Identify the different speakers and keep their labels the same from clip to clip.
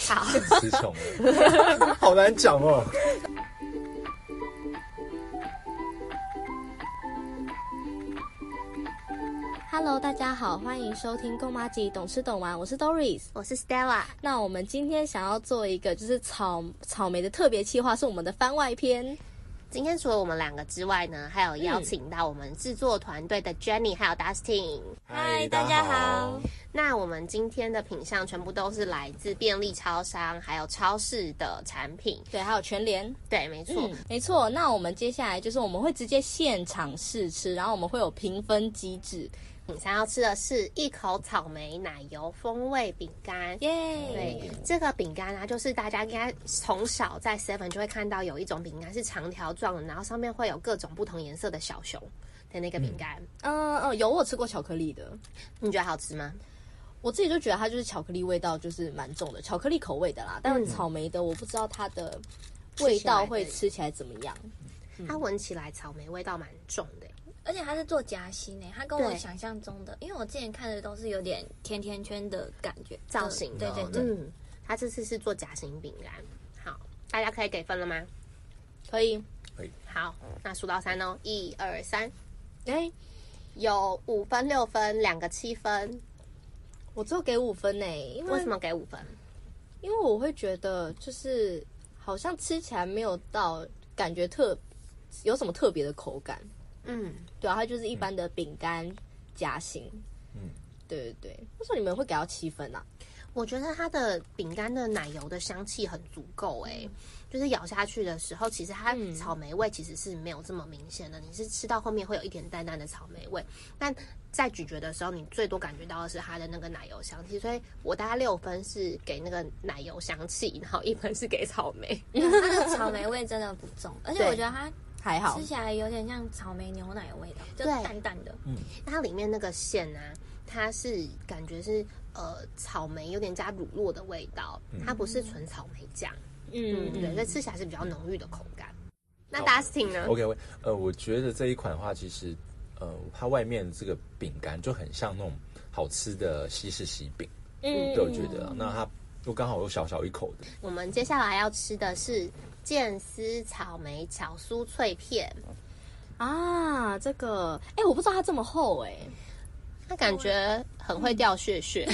Speaker 1: 吵。
Speaker 2: 词穷了， 好难讲哦。
Speaker 1: Hello，大家好，欢迎收听《够妈吉懂吃懂玩》，我是 Doris。
Speaker 3: 我是 Stella，
Speaker 1: 那我们今天想要做一个就是草草莓的特别企划，是我们的番外篇。
Speaker 3: 今天除了我们两个之外呢，还有邀请到我们制作团队的 Jenny 还有 Dustin。
Speaker 1: 嗨大家好。
Speaker 3: 那我们今天的品相全部都是来自便利超商还有超市的产品。
Speaker 1: 对，还有全联。
Speaker 3: 对，没错。
Speaker 1: 嗯，没错。那我们接下来就是我们会直接现场试吃，然后我们会有评分机制。
Speaker 3: 你想要吃的是一口草莓奶油风味饼干。
Speaker 1: 耶、
Speaker 3: 对，这个饼干啊，就是大家应该从小在 Seven 就会看到有一种饼干是长条状的，然后上面会有各种不同颜色的小熊的那个饼干。
Speaker 1: 嗯嗯，有我有吃过巧克力的，
Speaker 3: 你觉得好吃吗？
Speaker 1: 我自己就觉得它就是巧克力味道，就是蛮重的，巧克力口味的啦。但是
Speaker 3: 嗯
Speaker 1: 草莓的，我不知道它的
Speaker 3: 吃
Speaker 1: 味
Speaker 3: 起来
Speaker 1: 道
Speaker 3: 的
Speaker 1: 会吃起来怎么样。
Speaker 3: 它闻起来草莓味道蛮重的。
Speaker 4: 而且它是做夹心诶、它跟我
Speaker 3: 对
Speaker 4: 想象中的，因为我之前看的都是有点甜甜圈的感觉
Speaker 3: 造型的
Speaker 4: 对
Speaker 3: 哦
Speaker 4: 对对，
Speaker 3: 嗯，他这次是做夹心饼干。好，大家可以给分了吗？
Speaker 1: 可以，
Speaker 3: 好，那数到三哦，一二三，
Speaker 1: 哎、
Speaker 3: 有五分、六分、两个七分，
Speaker 1: 我只有给五分呢、欸因为
Speaker 3: 为什么给五分？
Speaker 1: 因为我会觉得就是好像吃起来没有到感觉特有什么特别的口感，
Speaker 3: 嗯，
Speaker 1: 对啊，它就是一般的饼干夹心。
Speaker 2: 嗯
Speaker 1: 对对对，为什么你们会给到七分啊？
Speaker 3: 我觉得它的饼干的奶油的香气很足够诶、就是咬下去的时候，其实它
Speaker 1: 嗯
Speaker 3: 草莓味其实是没有这么明显的，你是吃到后面会有一点淡淡的草莓味，但在咀嚼的时候，你最多感觉到的是它的那个奶油香气，所以我大概六分是给那个奶油香气，然后一分是给草莓。
Speaker 4: 它的草莓味真的不重，而且
Speaker 3: 对
Speaker 4: 我觉得它
Speaker 1: 还好
Speaker 4: 吃，起来有点像草莓牛奶的味道，就
Speaker 3: 对
Speaker 4: 淡淡的。
Speaker 3: 它里面那个馅啊，它是感觉是呃草莓有点加乳酪的味道，它不是纯草莓酱，嗯，对，所以吃起来是比较浓郁的口感。那
Speaker 2: 好
Speaker 3: Dustin 呢？
Speaker 2: OK，呃，我觉得这一款的话，其实呃，它外面这个饼干就很像那种好吃的西式喜饼，
Speaker 1: 嗯
Speaker 2: 对，我觉得啊。那它又刚好有小小一口的，
Speaker 3: 我们接下来要吃的是健丝草莓巧酥脆片，
Speaker 1: 啊，这个哎、我不知道它这么厚哎、
Speaker 3: 它感觉很会掉屑屑，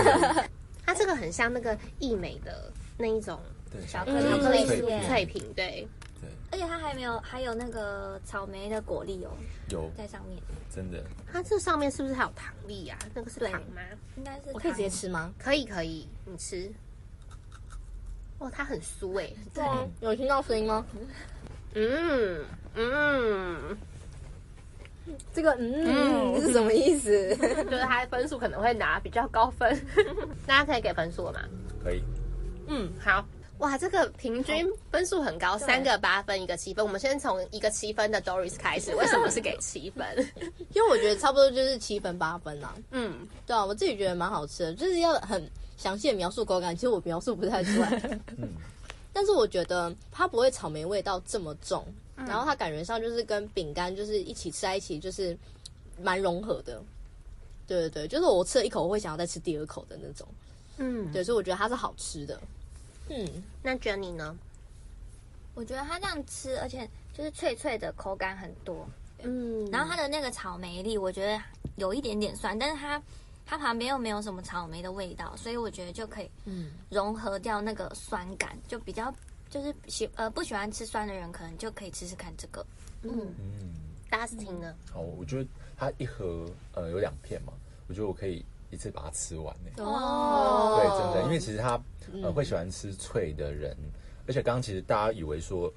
Speaker 3: 它这个很像那个益美的那一种
Speaker 2: 对，
Speaker 4: 巧克
Speaker 3: 巧
Speaker 4: 嗯
Speaker 3: 克力
Speaker 2: 脆
Speaker 3: 酥
Speaker 2: 片
Speaker 3: 脆品，对，
Speaker 2: 对，
Speaker 4: 而且它还没有，还有那个草莓的果粒哦，
Speaker 2: 有
Speaker 4: 在上面，
Speaker 2: 真的，
Speaker 3: 它这上面是不是还有糖粒啊？那个是
Speaker 4: 对
Speaker 3: 糖吗？
Speaker 4: 应该是
Speaker 1: 我可以
Speaker 4: 它
Speaker 1: 直接。吃吗？
Speaker 3: 可以可以，你吃。哇，它很酥哎、
Speaker 4: 对啊，
Speaker 1: 有听到声音吗？
Speaker 3: 嗯嗯，
Speaker 1: 这个嗯是什么意思？
Speaker 3: 就是它的分数可能会拿比较高分， 大家可以给分数了吗？
Speaker 2: 可以。
Speaker 3: 嗯，好。哇，这个平均分数很高，三个八分，一个七分。我们先从一个七分的 Doris 开 始，为什么是给七分？
Speaker 1: 因为我觉得差不多就是七分八分啦、
Speaker 3: 嗯，
Speaker 1: 对啊，我自己觉得蛮好吃的，就是要很详细的描述口感，其实我描述不太出 来。
Speaker 2: 嗯
Speaker 1: 但是我觉得它不会草莓味道这么重，然后它感觉上就是跟饼干就是一起吃在一起，就是蛮融合的。对对对，就是我吃了一口，我会想要再吃第二口的那种。
Speaker 3: 嗯，
Speaker 1: 对，所以我觉得它是好吃的。嗯，
Speaker 3: 那 Jenny 呢？
Speaker 4: 我觉得它这样吃，而且就是脆脆的口感很多，
Speaker 3: 嗯
Speaker 4: 然后
Speaker 3: 它
Speaker 4: 它的那个草莓粒，我觉得有一点点酸，但是它它旁边又没有什么草莓的味道，所以我觉得就可以
Speaker 1: 嗯
Speaker 4: 融合掉那个酸感，就比较就是喜呃不喜欢吃酸的人，可能就可以吃吃看这个。
Speaker 2: 嗯，
Speaker 3: Dustin 呢？
Speaker 2: 好，我觉得它一盒呃有两片嘛，我觉得我可以一次把它吃完欸呢、
Speaker 1: 哦
Speaker 2: 对，真的，因为其实他呃
Speaker 1: 嗯
Speaker 2: 会喜欢吃脆的人，而且刚刚其实大家以为说，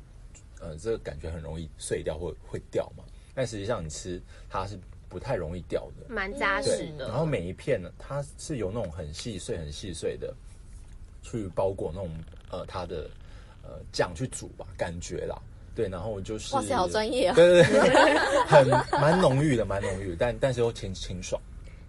Speaker 2: 呃，这个感觉很容易碎掉或会掉嘛，但实际上你吃它是不太容易掉的，
Speaker 3: 蛮扎实
Speaker 2: 对。
Speaker 3: 的。
Speaker 2: 然后每一片呢，它是有那种很细碎、很细碎的去包裹那种呃它的呃酱去煮吧，感觉啦。对，然后就是
Speaker 1: 哇塞，好专业啊！
Speaker 2: 对对对，很蛮浓郁的，蛮浓郁的，但但是又清清爽。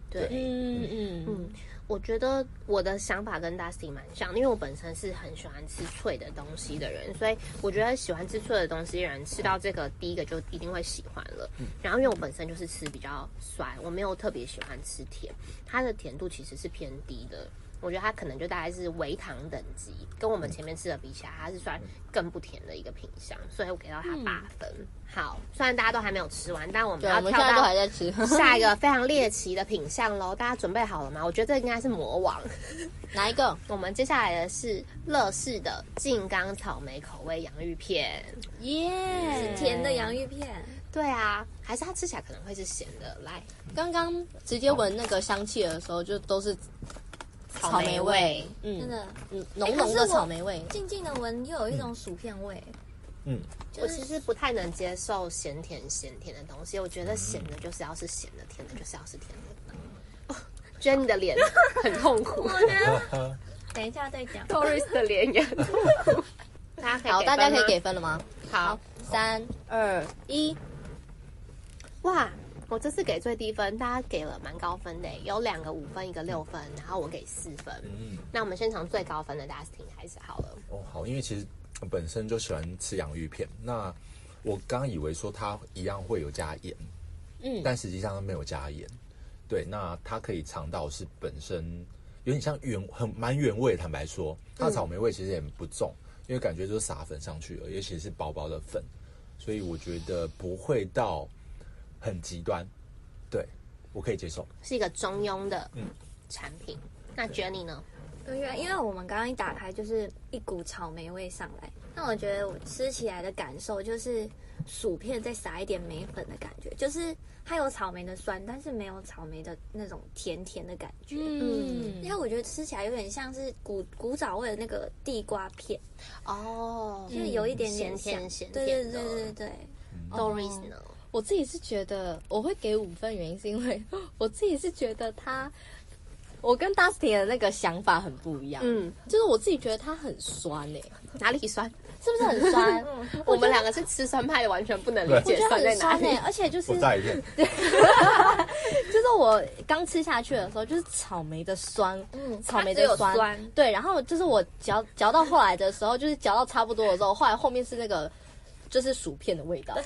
Speaker 3: 对，
Speaker 1: 嗯嗯嗯，
Speaker 3: 我觉得我的想法跟 Dustin 蛮像，因为我本身是很喜欢吃脆的东西的人，所以我觉得喜欢吃脆的东西的人吃到这个第一个就一定会喜欢了。然后因为我本身就是吃比较酸，我没有特别喜欢吃甜，它的甜度其实是偏低的。我觉得它可能就大概是微糖等级，跟我们前面吃的比起来，它是算更不甜的一个品相，所以我给到它八分。好，虽然大家都还没有吃完，但我们
Speaker 1: 嗯对，啊
Speaker 3: 要
Speaker 1: 我们
Speaker 3: 跳
Speaker 1: 现在都还
Speaker 3: 到
Speaker 1: 在吃。
Speaker 3: 下一个非常猎奇的品相喽，大家准备好了吗？我觉得这应该是魔王。
Speaker 1: 哪一个？
Speaker 3: 我们接下来的是乐事的静冈草莓口味洋芋片。
Speaker 1: 耶、
Speaker 4: 甜的洋芋片，
Speaker 3: 对啊，还是它吃起来可能会是咸的。来，
Speaker 1: 刚刚直接闻那个香气的时候，就都是
Speaker 3: 草莓味，
Speaker 1: 嗯
Speaker 4: 真的
Speaker 1: 嗯浓浓的草莓味。
Speaker 4: 静静的闻，又有一种薯片味。
Speaker 2: 嗯，
Speaker 4: 就
Speaker 3: 我
Speaker 4: 是
Speaker 3: 其实不太能接受咸甜咸甜的东西，我觉得咸的就是要是咸的，甜的就是要是甜的。哦，觉得你的脸很痛 苦
Speaker 4: 等一下再 讲。
Speaker 3: 哦，Doris 的脸也很痛苦。 大家可以
Speaker 1: 好，
Speaker 3: 给
Speaker 1: 大家
Speaker 3: 分
Speaker 1: 可以
Speaker 3: 吗
Speaker 1: 给分了吗？
Speaker 3: 好
Speaker 1: 三二一，
Speaker 3: 哇！我这次给最低分，大家给了蛮高分的，有两个五分，一个六分，然后我给四分。
Speaker 2: 嗯，
Speaker 3: 那我们现场最高分的大家听还是好了。
Speaker 2: 哦，好，因为其实我本身就喜欢吃洋芋片，那我刚以为说它一样会有加盐，
Speaker 1: 嗯，
Speaker 2: 但实际上它没有加盐。对，那它可以尝到是本身有点像原很蛮原味，坦白说，
Speaker 1: 嗯
Speaker 2: 它的草莓味其实也不重，因为感觉就是撒粉上去了，尤其是薄薄的粉，所以我觉得不会到很极端，对我可以接受。
Speaker 3: 是一个中庸的
Speaker 2: 嗯
Speaker 3: 产品。那 Jenny 呢？
Speaker 4: 因为因为我们刚刚一打开就是一股草莓味上来，那我觉得我吃起来的感受就是薯片再撒一点梅粉的感觉，就是它有草莓的酸，但是没有草莓的那种甜甜的感觉。
Speaker 1: 嗯
Speaker 4: 因为我觉得吃起来有点像是古古早味的那个地瓜片，
Speaker 3: 哦、
Speaker 4: 就是有一点
Speaker 3: 咸
Speaker 4: 点
Speaker 3: 甜
Speaker 4: 像
Speaker 3: 咸
Speaker 4: 对
Speaker 3: 甜
Speaker 4: 对
Speaker 3: 的
Speaker 4: 对对对，
Speaker 3: Doris 呢？
Speaker 1: 我自己是觉得我会给五分，原因是因为我自己是觉得它，我跟 Dusty 的那个想法很不一样。嗯，
Speaker 3: 嗯，
Speaker 1: 就是我自己觉得它很酸诶、
Speaker 3: 哪里酸？
Speaker 1: 是不是很酸？
Speaker 3: 我们两个是吃酸派的，完全不能理
Speaker 1: 我
Speaker 3: 解
Speaker 1: 觉得
Speaker 3: 酸在
Speaker 1: 很
Speaker 3: 哪
Speaker 1: 酸欸
Speaker 3: 里
Speaker 1: 诶、。而且就 是啊
Speaker 2: 我
Speaker 1: 就
Speaker 2: 再一遍，
Speaker 1: 是我刚吃下去的时候，就是草莓的酸，
Speaker 4: 嗯
Speaker 1: 草莓
Speaker 4: 它只
Speaker 1: 的
Speaker 4: 有
Speaker 1: 酸，
Speaker 4: 酸
Speaker 1: 对。然后就是我嚼嚼到后来的时候，就是嚼到差不多的时候，后来后面是那个就是薯片的味道，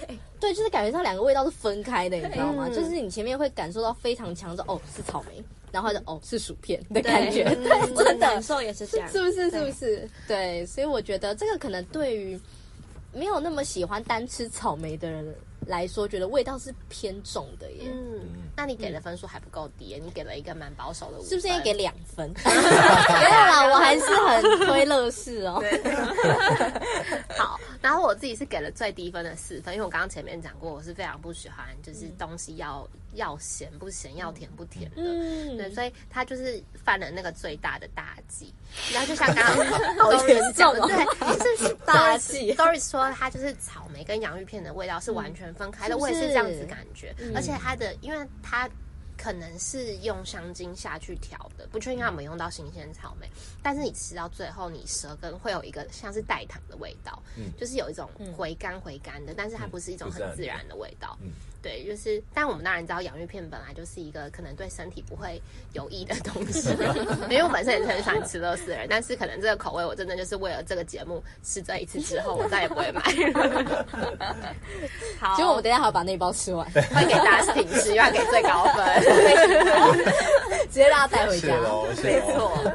Speaker 1: 对，就是感觉到两个味道是分开的，你知道吗？
Speaker 3: 嗯
Speaker 1: 就是你前面会感受到非常强的哦是草莓，然后就哦是薯片的感觉，
Speaker 4: 嗯
Speaker 1: 对， 真的
Speaker 4: 感受也是 这样，
Speaker 1: 是不是？
Speaker 4: 对
Speaker 1: 是不是？对，所以我觉得这个可能对于没有那么喜欢单吃草莓的人来说，觉得味道是偏重的耶。
Speaker 3: 嗯
Speaker 2: 嗯，
Speaker 3: 那你给的分数还不够低，你给了一个蛮保守的五分，
Speaker 1: 是不是应该给两 分？ 没有啦，我还是很推乐事哦。
Speaker 3: 好，然后我自己是给了最低分的四分，因为我刚刚前面讲过，我是非常不喜欢就是东西要要咸不咸，要甜不甜的。
Speaker 1: 嗯，
Speaker 3: 对，所以他就是犯了那个最大的大忌。 然后就像刚刚好
Speaker 1: 严重哦
Speaker 3: 对，就是是
Speaker 1: 大忌
Speaker 3: Doris Doris 说，它就是草莓跟洋芋片的味道是完全分开的，
Speaker 1: 是不嗯
Speaker 3: 我也是这样子
Speaker 1: 是
Speaker 3: 感觉。而且它的，因为它可能是用香精下去调的，不确定它有没有用到新鲜草莓，但是你吃到最后，你舌根会有一个像是代糖的味道，
Speaker 2: 嗯
Speaker 3: 就是有一种回甘回甘的，但是它不是一种
Speaker 2: 不
Speaker 3: 很
Speaker 2: 是很
Speaker 3: 自然的味道。
Speaker 2: 嗯
Speaker 3: 对，就是，但我们当然知道洋芋片本来就是一个可能对身体不会有益的东 西， 因为我本身也是很喜欢吃乐事的人，但是可能这个口味我真的就是为了这个节目吃这一次之后，我再也不 会买了。好，
Speaker 1: 结果我们等一下还要把那包吃 完，直
Speaker 3: 会给大家品质，又要给最高 分。
Speaker 1: 接把它带回
Speaker 2: 是
Speaker 1: 家。
Speaker 2: 喽，是
Speaker 3: 没
Speaker 2: 喽，
Speaker 3: 错。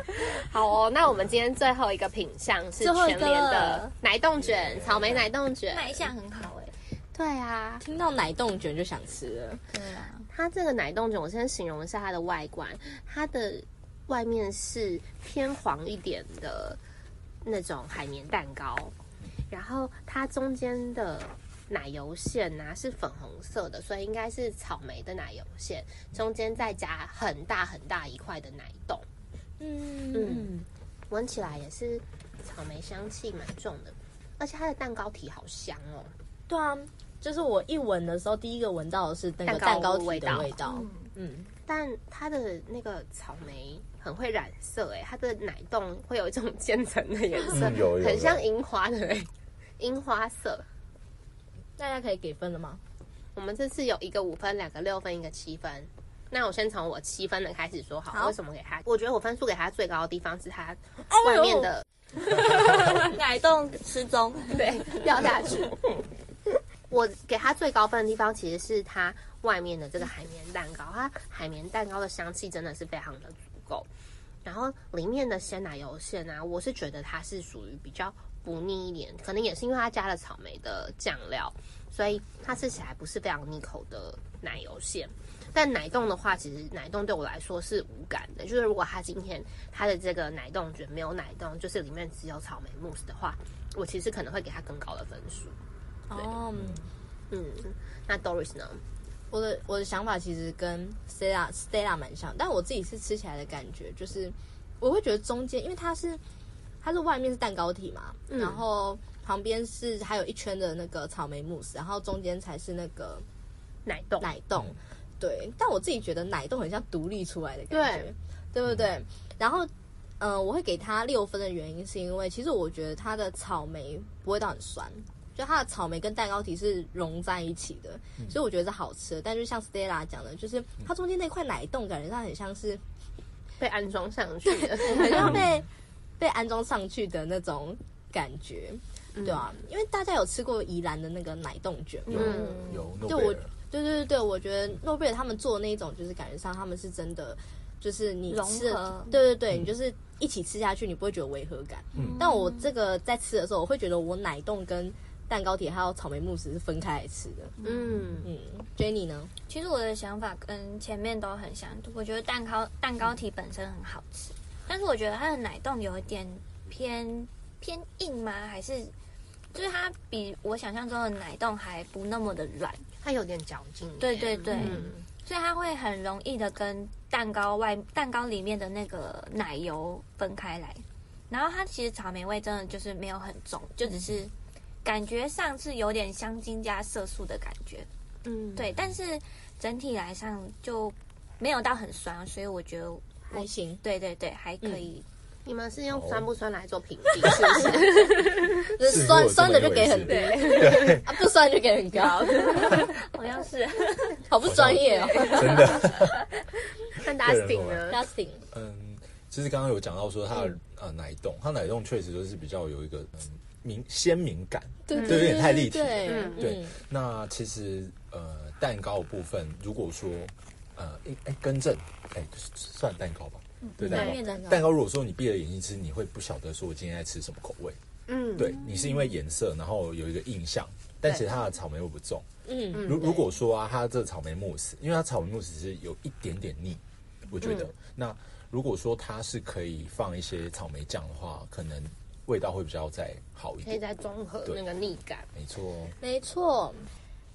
Speaker 3: 好哦，那我们今天最后一个品相是
Speaker 1: 最后一
Speaker 3: 全
Speaker 1: 个
Speaker 3: 联的奶冻卷，草莓奶冻卷。
Speaker 4: 卖相很好哎，
Speaker 3: 对啊，
Speaker 1: 听到奶冻卷就想吃了，
Speaker 4: 对啊，
Speaker 3: 它这个奶冻卷，我先形容一下它的外观，它的外面是偏黄一点的那种海绵蛋糕，然后它中间的。奶油馅呐、是粉红色的，所以应该是草莓的奶油馅，中间再加很大很大一块的奶冻，
Speaker 1: 嗯
Speaker 3: 嗯闻起来也是草莓香气蛮重的，而且它的蛋糕体好香哦。
Speaker 1: 对啊，就是我一闻的时候，第一个闻到的是那个蛋
Speaker 3: 蛋糕
Speaker 1: 糕
Speaker 3: 的
Speaker 1: 体
Speaker 3: 味
Speaker 1: 的
Speaker 3: 道
Speaker 1: 味道，嗯，
Speaker 3: 但它的那个草莓很会染色哎、它的奶冻会有一种渐层的颜色，
Speaker 2: 嗯有有有
Speaker 3: 很像樱花的哎、樱花色。
Speaker 1: 大家可以给分了吗？
Speaker 3: 我们这次有一个五分，两个六分，一个七分。那我先从我七分的开始说好，
Speaker 4: 好
Speaker 3: 为什么给他？我觉得我分数给他最高的地方是他
Speaker 1: 呦
Speaker 3: 外面的
Speaker 4: 奶冻失踪，
Speaker 3: 对， 掉下去。我给它最高分的地方其实是它外面的这个海绵蛋糕，它海绵蛋糕的香气真的是非常的足够。然后里面的鲜奶油馅啊，我是觉得它是属于比较不腻一点，可能也是因为它加了草莓的酱料，所以它吃起来不是非常腻口的奶油馅。但奶冻的话，其实奶冻对我来说是无感的，就是如果它今天它的这个奶冻卷没有奶冻，就是里面只有草莓慕斯的话，我其实可能会给它更高的分数。
Speaker 1: 哦，
Speaker 3: 嗯，那 Doris 呢？
Speaker 1: 我的我的想法其实跟 Stella Stella 蛮像，但我自己是吃起来的感觉就是，我会觉得中间，因为它是它是外面是蛋糕体嘛，然后旁边是还有一圈的那个草莓慕斯，然后中间才是那个
Speaker 3: 奶冻，
Speaker 1: 奶冻。对，但我自己觉得奶冻很像独立出来的感觉，对不对？然后，呃，我会给它六分的原因是因为，其实我觉得它的草莓不会到很酸，就它的草莓跟蛋糕体是融在一起的，所以我觉得是好吃的。但就像 Stella 讲的，就是它中间那块奶冻，感觉它很像是
Speaker 3: 被安装上去的，
Speaker 1: 很像被被安装上去的那种感觉，对啊，因为大家有吃过宜兰的那个奶冻卷吗？
Speaker 2: 有
Speaker 3: 嗯
Speaker 2: 有诺
Speaker 1: 就
Speaker 2: 贝
Speaker 1: 我
Speaker 2: 尔，，
Speaker 1: 对对对对，我觉得诺贝尔他们做的那一种，就是感觉上他们是真的，就是你
Speaker 4: 融
Speaker 1: 吃
Speaker 4: 合
Speaker 1: 的，对对对，你就是一起吃下去，你不会觉得违和感。
Speaker 2: 嗯
Speaker 1: 但我这个在吃的时候，我会觉得我奶冻跟蛋糕体还有草莓慕斯是分开来吃的。
Speaker 3: 嗯，
Speaker 1: 嗯，Jenny 呢？
Speaker 4: 其实我的想法跟前面都很像，我觉得蛋糕蛋糕体本身很好吃，但是我觉得它的奶冻有一点偏偏硬吗？还是就是它比我想象中的奶冻还不那么的软，
Speaker 3: 它有点嚼劲耶。
Speaker 4: 对对对
Speaker 3: 嗯
Speaker 4: 所以它会很容易的跟蛋糕外蛋糕里面的那个奶油分开来。然后它其实草莓味真的就是没有很重，就只是感觉上是有点香精加色素的感觉。
Speaker 3: 嗯，
Speaker 4: 对，但是整体来上就没有到很酸，所以我觉得
Speaker 1: 还 行，
Speaker 4: 对对对还可以。
Speaker 3: 你们是用酸不酸来做评比，是不 是？
Speaker 2: 是
Speaker 1: 酸
Speaker 2: 我有这么
Speaker 1: 酸的就
Speaker 2: 一回
Speaker 1: 给
Speaker 2: 事
Speaker 1: 很低，啊不酸就给很 高，
Speaker 4: 好像是
Speaker 1: 好不专业哦。
Speaker 2: 真的，
Speaker 3: 但 Dustin 呢？
Speaker 1: Justin，
Speaker 2: 嗯，其实刚刚有讲到说它的呃奶冻，它奶冻确实就是比较有一个嗯明鲜明感，
Speaker 1: 对
Speaker 2: 这有点太立体了
Speaker 1: 对
Speaker 3: 嗯
Speaker 2: 对，那其实呃，蛋糕的部分，如果说呃，哎、哎更正，哎、算蛋糕吧，对蛋
Speaker 1: 对
Speaker 2: 糕。
Speaker 1: 蛋糕
Speaker 2: 蛋糕如果说你闭着眼睛吃，你会不晓得说我今天在吃什么口味。
Speaker 3: 嗯，
Speaker 2: 对，你是因为颜色，然后有一个印象，但其实它的草莓又不重。
Speaker 1: 嗯，
Speaker 2: 如如果说啊，它这草莓慕斯，因为它草莓慕斯是有一点点腻，我觉得。
Speaker 3: 嗯
Speaker 2: 那如果说它是可以放一些草莓酱的话，可能味道会比较再好一
Speaker 3: 可以
Speaker 2: 点。
Speaker 3: 再综合那个腻感。
Speaker 2: 没错，
Speaker 1: 没错。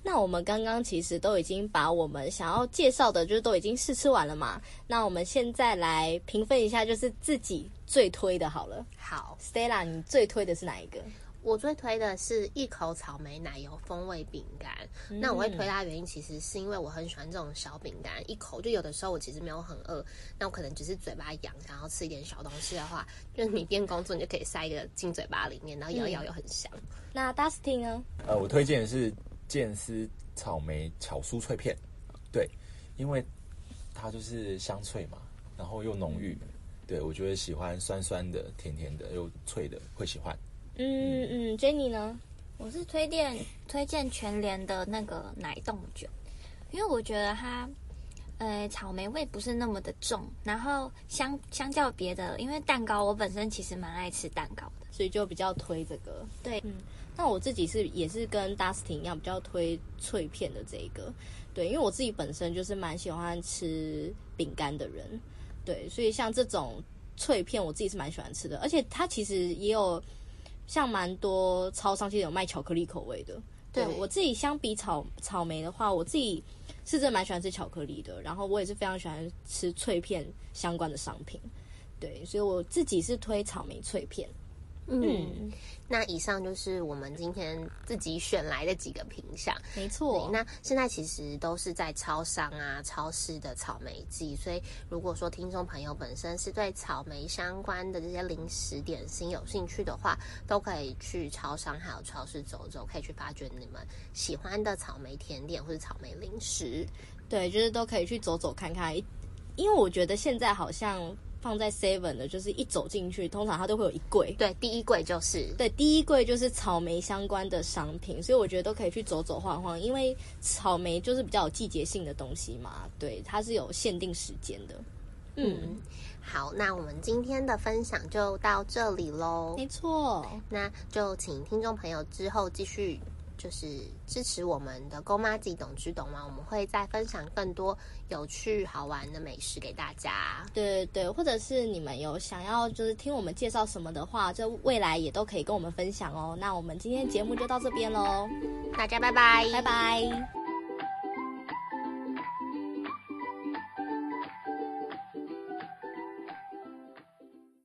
Speaker 1: 那我们刚刚其实都已经把我们想要介绍的，就是都已经试吃完了嘛。那我们现在来评分一下，就是自己最推的好了。
Speaker 3: 好，
Speaker 1: Stella，你最推的是哪一个？
Speaker 3: 我最推的是一口草莓奶油风味饼干。那我会推它的原因，其实是因为我很喜欢这种小饼干，一口就有的时候我其实没有很饿，那我可能只是嘴巴痒，想要吃一点小东西的话，就是你边工作你就可以塞一个进嘴巴里面，然后咬一咬又很香。
Speaker 1: 那 Dustin 呢？
Speaker 2: 呃，我推荐的是健思草莓巧酥脆片，对，因为它就是香脆嘛，然后又浓
Speaker 3: 嗯
Speaker 2: 郁，对我觉得喜欢酸酸的、甜甜的又脆的会喜欢。
Speaker 1: 嗯嗯，Jenny 呢？
Speaker 4: 我是推荐推荐全联的那个奶冻卷，因为我觉得它呃草莓味不是那么的重，然后相相较别的，因为蛋糕我本身其实蛮爱吃蛋糕的，
Speaker 1: 所以就比较推这个。嗯
Speaker 4: 对，
Speaker 1: 那我自己是也是跟 Dustin 一样，比较推脆片的这一个，对，因为我自己本身就是蛮喜欢吃饼干的人，对，所以像这种脆片我自己是蛮喜欢吃的，而且它其实也有像蛮多超商其实有卖巧克力口味的，对
Speaker 3: 对
Speaker 1: 我自己相比草草莓的话，我自己是真的蛮喜欢吃巧克力的，然后我也是非常喜欢吃脆片相关的商品，对，所以我自己是推草莓脆片，
Speaker 3: 嗯，那以上就是我们今天自己选来的几个品相。
Speaker 1: 没
Speaker 3: 对
Speaker 1: 错，，
Speaker 3: 那现在其实都是在超商啊、超市的草莓季，所以如果说听众朋友本身是对草莓相关的这些零食点心有兴趣的话，都可以去超商还有超市走走，可以去发掘你们喜欢的草莓甜点或者草莓零食。
Speaker 1: 对，就是都可以去走走看看，一因为我觉得现在好像放在 Seven 的，就是一走进去，通常它都会有一柜。
Speaker 3: 对，第一柜就是
Speaker 1: 对，第一柜就是草莓相关的商品，所以我觉得都可以去走走晃晃，因为草莓就是比较有季节性的东西嘛，对，它是有限定时间的。嗯，
Speaker 3: 好，那我们今天的分享就到这里喽。
Speaker 1: 没错，
Speaker 3: 那就请听众朋友之后继续就是支持我们的“公妈自己懂之懂吗”，我们会再分享更多有趣好玩的美食给大家。
Speaker 1: 对对对，或者是你们有想要就是听我们介绍什么的话，就未来也都可以跟我们分享哦。那我们今天节目就到这边喽，
Speaker 3: 大家拜拜，
Speaker 1: 拜。拜。